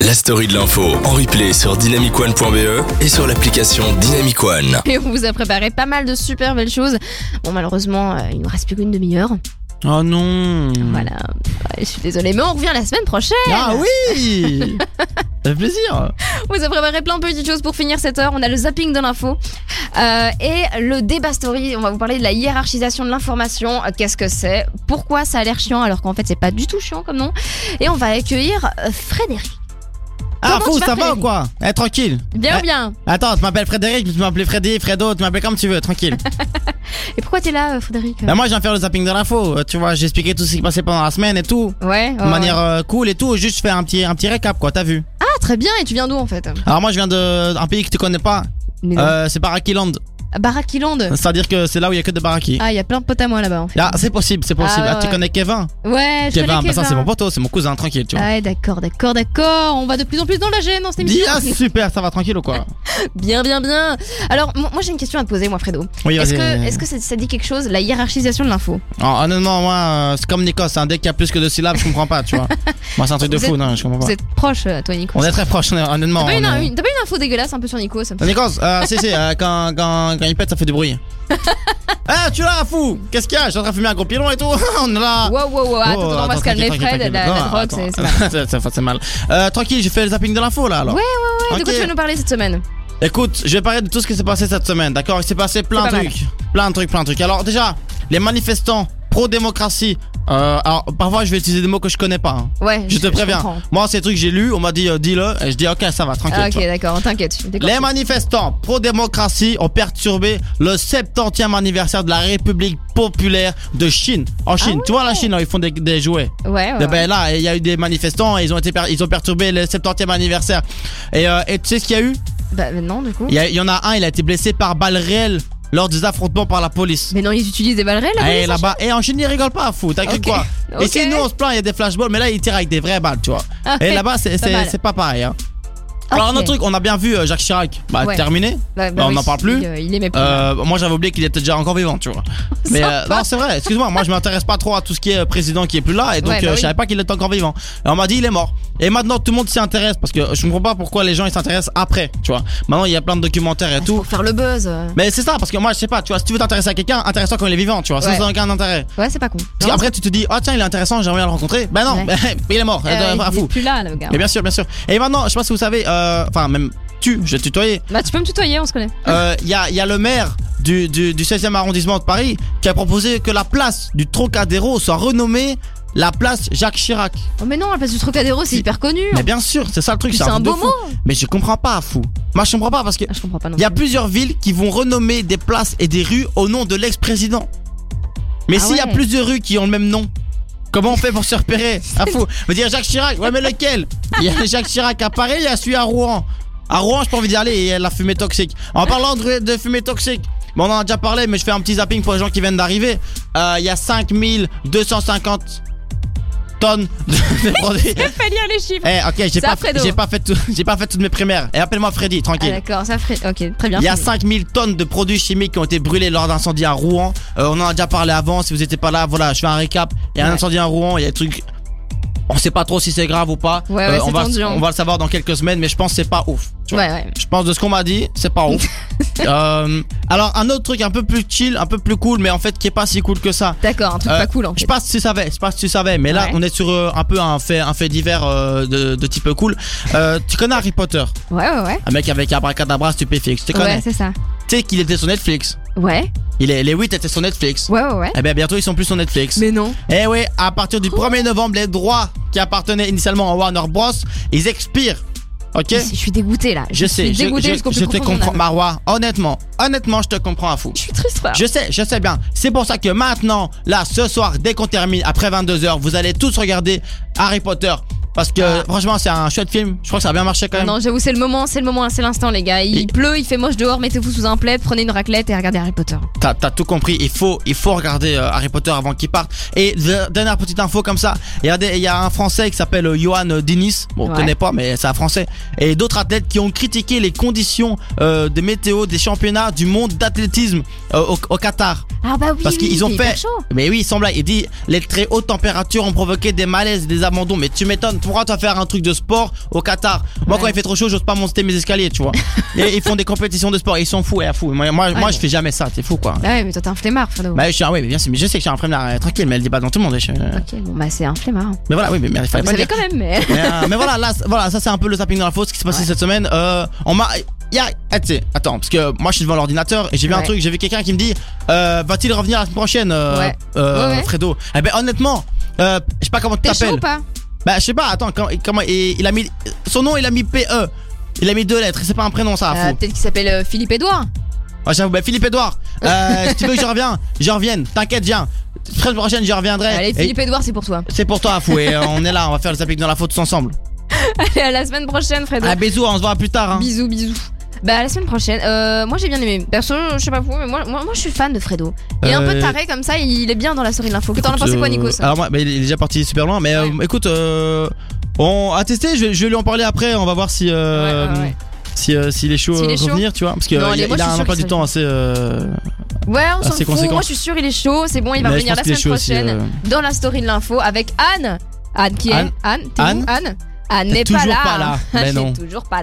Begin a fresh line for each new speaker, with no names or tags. la story de l'info en replay sur dynamicone.be E et sur l'application Dynamic One.
Et on vous a préparé pas mal de super belles choses. Bon, malheureusement, euh, il nous reste plus qu'une demi-heure.
Oh non
Voilà. Ouais, je suis désolée, mais on revient la semaine prochaine.
Ah oui Ça fait plaisir
On vous a préparé plein de petites choses pour finir cette heure. On a le zapping de l'info. Euh, et le débat story, on va vous parler de la hiérarchisation de l'information. Euh, Qu'est-ce que c'est Pourquoi ça a l'air chiant alors qu'en fait c'est pas du tout chiant comme nom Et on va accueillir euh, Frédéric.
Ah,
Comment
fou,
tu
ça va
m'appelles
ou quoi Eh, tranquille
Bien
Eh,
ou bien
Attends, tu m'appelles Frédéric, tu m'appelles Freddy, Fredo, tu m'appelles comme tu veux, tranquille.
Et pourquoi t'es là, euh, Frédéric
bah, moi, je viens faire le zapping de l'info, euh, tu vois, j'ai expliqué tout ce qui passait pendant la semaine et tout.
Ouais. ouais,
De manière euh, cool et tout, juste je fais un petit, un petit récap, quoi, t'as vu.
ouais. Ah, très bien. Et tu viens d'où en fait
Alors, moi, je viens de- d'un pays que tu connais pas,
Mais non.
euh, c'est Barakiland.
Barakiland.
C'est-à-dire que c'est là où il y a que des baraki.
Ah, il y a plein de potes à moi là-bas en fait.
Ah, c'est possible, c'est possible.
Ah,
Ah,
ouais,
tu
ouais.
connais Kevin
Ouais, je connais
bah, ça, c'est
Kevin.
mon poteau, c'est mon cousin, tranquille, tu vois.
Ah ouais, d'accord, d'accord, d'accord. On va de plus en plus dans la gêne dans cette
Dis,
émission.
ah, super, ça va tranquille ou quoi
Bien, bien, bien. Alors, moi moi, j'ai une question à te poser, moi, Fredo.
Oui,
Est-ce
vas-y.
que, est-ce que ça, ça dit quelque chose, la hiérarchisation de l'info
Ah, ah, non, non, moi, euh, c'est comme Nikos, hein, dès qu'il y a plus que deux syllabes, je comprends pas, tu vois. moi, c'est un truc de
Vous
fou, non, je comprends
Vous
pas.
êtes proche, euh, toi, Nico
On est très proches, on est- honnêtement.
T'as pas,
on
une,
est-
une- t'as pas une info dégueulasse un peu sur Nico ça me-
Euh, Nikos, euh, si, si, euh, quand, quand, quand il pète, ça fait du bruit. Ah, tu l'as, fou Qu'est-ce qu'il y a Je suis en train de fumer un gros pilon et tout, on est là Oh,
Wow, wow, wow, bah, attends, attends, on va se calmer, Fred. La, la drogue, c'est c'est mal.
c'est mal. c'est mal. Euh, tranquille, j'ai fait le zapping de l'info là alors.
Ouais, Ouais, De quoi
Ok.
tu vas nous parler cette semaine
Écoute, je vais parler de tout ce qui s'est passé cette semaine, d'accord Il s'est passé plein
C'est
de
pas mal.
trucs. Plein de trucs, plein de trucs. Alors déjà, les manifestants pro-démocratie. euh, alors parfois je vais utiliser des mots que je connais pas. hein.
Ouais,
Je te préviens.
comprends.
Moi, c'est des trucs que j'ai lu, on m'a dit euh, dis-le, et je dis ok, ça va, tranquille.
Ah,
tu
ok,
vois.
d'accord, t'inquiète. je suis décortique.
Les manifestants pro-démocratie ont perturbé le 70e anniversaire de la République populaire de Chine. En Chine, tu vois la Chine, là, ils font des, des jouets.
Ouais, Ah ouais.
Eh ben là, il y a eu des manifestants, et ils ont été, per- ils ont perturbé le 70e anniversaire. Et, euh, et tu sais ce qu'il y a eu
Bah, mais non, du coup.
il y, a- il y en a un, il a été blessé par balle réelle lors des affrontements par la police.
Mais non, ils utilisent des balles réelles
Eh,
là
là-bas, et en Chine, ils rigolent pas, fou, t'as cru
Ok.
quoi
Ok.
Et si nous, on se plaint, il y a des flashballs, mais là, ils tirent avec des vraies balles, tu vois.
Ah,
Et
ouais.
là-bas, c'est
Pas
c'est-
mal.
c'est pas pareil. Hein. Alors, un
Ok.
autre truc, on a bien vu euh, Jacques Chirac, bah,
Ouais.
terminé.
Bah, bah
Bah, on
oui,
n'en parle plus.
Il, euh, il aimait plus.
Euh, moi, j'avais oublié qu'il était déjà encore vivant, tu vois. Mais euh, non, c'est vrai, excuse-moi, moi, je m'intéresse pas trop à tout ce qui est euh, président qui est plus là, et donc
Ouais, bah
euh,
oui.
je savais pas qu'il était encore vivant. Et on m'a dit, il est mort. Et maintenant, tout le monde s'y intéresse, parce que je comprends pas pourquoi les gens ils s'intéressent après, tu vois. Maintenant, il y a plein de documentaires et
Ah, c'est
tout.
Pour faire le buzz. euh.
Mais c'est ça, parce que moi, je sais pas, tu vois, si tu veux t'intéresser à quelqu'un, intéresse-toi quand il est vivant, tu vois,
Ouais.
sans aucun intérêt.
Ouais, c'est pas con.
Parce qu'après, tu te dis, ah tiens, il est intéressant, j'aimerais bien le rencontrer. Ben non,
Ouais.
il est mort,
Euh,
euh, pas
il est
fou.
plus là, le gars.
Mais bien sûr, bien sûr. Et maintenant, je sais pas si vous savez, euh, enfin, même tu, je vais te tutoyer,
Bah, tu peux me tutoyer, on se connaît.
Euh, il y, a, il y a le maire du, du, du 16e arrondissement de Paris qui a proposé que la place du Trocadéro soit renommée la place Jacques Chirac.
Oh, mais non, la place du Trocadéro, c'est
Si.
hyper connu.
Mais bien sûr, c'est ça le truc,
Puis
c'est
c'est
un,
un
truc de
beau
fou.
mot.
Mais je comprends pas, fou. Moi, je comprends pas parce que
Ah, Je comprends pas non
Il y a
plus.
plusieurs villes qui vont renommer des places et des rues au nom de l'ex-président. Mais
Ah
s'il y a
ouais.
plus de rues qui ont le même nom, comment on fait pour se repérer Ah fou Me dire Jacques Chirac, ouais mais lequel Il y a Jacques Chirac à Paris, il y a celui à Rouen. À Rouen, j'ai pas envie d'y aller, il y a la fumée toxique. En parlant de, de fumée toxique, bon, on en a déjà parlé, mais je fais un petit zapping pour les gens qui viennent d'arriver. Euh, Il y a 5250 tonnes de, de produits.
pas lire les chiffres.
Eh, ok, j'ai
Ça,
pas,
Fredo.
j'ai pas, fait tout- j'ai pas fait toutes mes primaires. Et appelle-moi Freddy,
Ah,
tranquille.
d'accord, ça ferait. Ok, très bien.
Eh, Il y a 5000 tonnes de produits chimiques qui ont été brûlés lors d'incendies à Rouen. Euh, on en a déjà parlé avant, si vous n'étiez pas là, voilà, je fais un récap. Il y a un
Ouais.
incendie à Rouen, il y a des trucs... On sait pas trop si c'est grave ou pas. Euh,
Ouais, ouais, c'est
on, va,
tendu, hein.
on va le savoir dans quelques semaines, mais je pense que c'est pas ouf. tu vois.
Ouais, ouais.
Je pense de ce qu'on m'a dit, c'est pas ouf. Euh, alors un autre truc un peu plus chill, un peu plus cool, mais en fait qui est pas si cool que ça.
D'accord, un truc
Euh,
pas cool en
Je sais
fait.
pas si tu savais, je sais pas si tu savais, mais là
Ouais.
on est sur euh, un peu un fait, un fait divers euh, de, de type cool. Euh, tu connais Harry Potter,
Ouais, ouais, ouais.
un mec avec abracadabra stupéfixe, tu connais
Ouais, c'est ça.
tu sais qu'il était sur Netflix.
Ouais,
Il est, les 8 étaient sur Netflix.
ouais, ouais, ouais.
Eh bien, bientôt ils sont plus sur Netflix.
Mais non.
Eh oui, à partir du 1er novembre, les droits qui appartenaient initialement à Warner Bros, ils expirent. Ok
Je suis- je suis dégoûtée là.
Je sais,
suis
je,
dégoûtée
je-
parce qu'on
je
peut
te
comprendre
comprends,
mon âme.
Marois. Honnêtement, honnêtement, je te comprends à fou.
Je suis triste, frère.
Je sais, je sais bien. C'est pour ça que maintenant, là, ce soir, dès qu'on termine, après 22h, vous allez tous regarder Harry Potter. Parce que,
Ah.
franchement, c'est un chouette film. Je crois que ça a bien marché quand même.
Non, j'avoue, c'est le moment, c'est le moment, c'est l'instant, les gars. Il
Et-
pleut, il fait moche dehors, mettez-vous sous un plaid, prenez une raclette et regardez Harry Potter.
T'as t'as tout compris, il faut, il faut regarder euh, Harry Potter avant qu'il parte. Et de- dernière petite info comme ça, il y a, des- il y a un Français qui s'appelle euh, Johan euh, Diniz, bon, on
Ouais.
connaît pas, mais c'est un Français, et d'autres athlètes qui ont critiqué les conditions euh, de météo des championnats du monde d'athlétisme euh, au, au Qatar.
Ah bah oui,
Parce
oui,
qu'ils ont
c'est hyper
fait-
chaud.
Mais oui, il semble, il dit, les très hautes températures ont provoqué des malaises, des abandons, mais tu m'étonnes, pourras toi faire un truc de sport au Qatar Moi
Ouais.
quand il fait trop chaud, j'ose pas monter mes escaliers, tu vois. et ils font des compétitions de sport, et ils sont fous, et à fou. Moi, moi, moi,
Ouais.
je fais jamais ça, t'es fou quoi.
Ah ouais, mais toi t'es un flemmard, Fredo.
Bah je suis un, ouais, mais bien sûr, mais je sais que je suis un flemmard euh, tranquille, mais elle dit pas dans tout le monde. je- euh,
Ok, bon, bah c'est un flemmard.
Mais voilà, oui, mais, mais il fallait
Vous
pas le
savez
dire.
quand même, Ah, mais.
Mais, euh, mais voilà, là, c- voilà, ça c'est un peu le zapping dans la fosse qui s'est passé
Ouais.
cette semaine. Euh, on m'a, y a, ah, tu sais, attends, parce que moi je suis devant l'ordinateur et j'ai vu un
Ouais.
truc, j'ai vu quelqu'un qui me dit, euh, va-t-il revenir la semaine prochaine, euh,
Ouais.
euh,
Ouais, ouais.
Fredo Eh ben honnêtement, euh, je sais pas comment tu
T'es chaud
t'appelles.
ou pas
Bah je sais pas, attends, comment, comment et, il a mis son nom, il a mis PE. Il a mis deux lettres, et c'est pas un prénom ça,
Euh,
à fou.
Peut-être qu'il s'appelle euh, Philippe Edouard.
Ouais, j'avoue, bah Philippe Edouard, euh, si tu veux que je revienne, je revienne, t'inquiète, viens. Semaine prochaine, je reviendrai.
Allez,
Et
Philippe Edouard, c'est pour toi.
C'est pour toi, à fou, et euh, on est là, on va faire le zapping dans la faute tous ensemble.
Allez, à la semaine prochaine, Fredo.
Ah, bisous, on se voit plus tard. Hein.
Bisous, bisous. Bah, à la semaine prochaine. Euh, moi, j'ai bien aimé. Perso, je sais pas vous, mais moi, moi, moi, je suis fan de Fredo. Il est un peu
Euh,
taré comme ça, il est bien dans la story de l'info. T'en as pensé quoi,
Euh,
Nico ça
Alors moi, bah, il est déjà parti super loin, mais euh, écoute, euh, on à tester. Je vais, je vais lui en parler après. On va voir si euh,
Ouais, ouais, ouais.
si euh, s'il est chaud
S'il
euh,
est chaud.
revenir, tu vois, parce que
Non,
euh,
allez,
il,
moi,
il
je
a
suis
un
sûre
emploi
qu'il
du temps assez. euh,
Ouais, on s'en
assez
fout.
conséquent.
Moi, je suis sûr, il est chaud. C'est bon, il va
mais je
revenir
pense
la
qu'il est
semaine
chaud aussi,
prochaine
euh.
dans la story de l'info avec Anne. Anne qui est
Anne
Anne t'es où,
Anne
Anne Anne n'est
Toujours
pas là.
pas là. Ben
Elle est
non.
toujours pas là.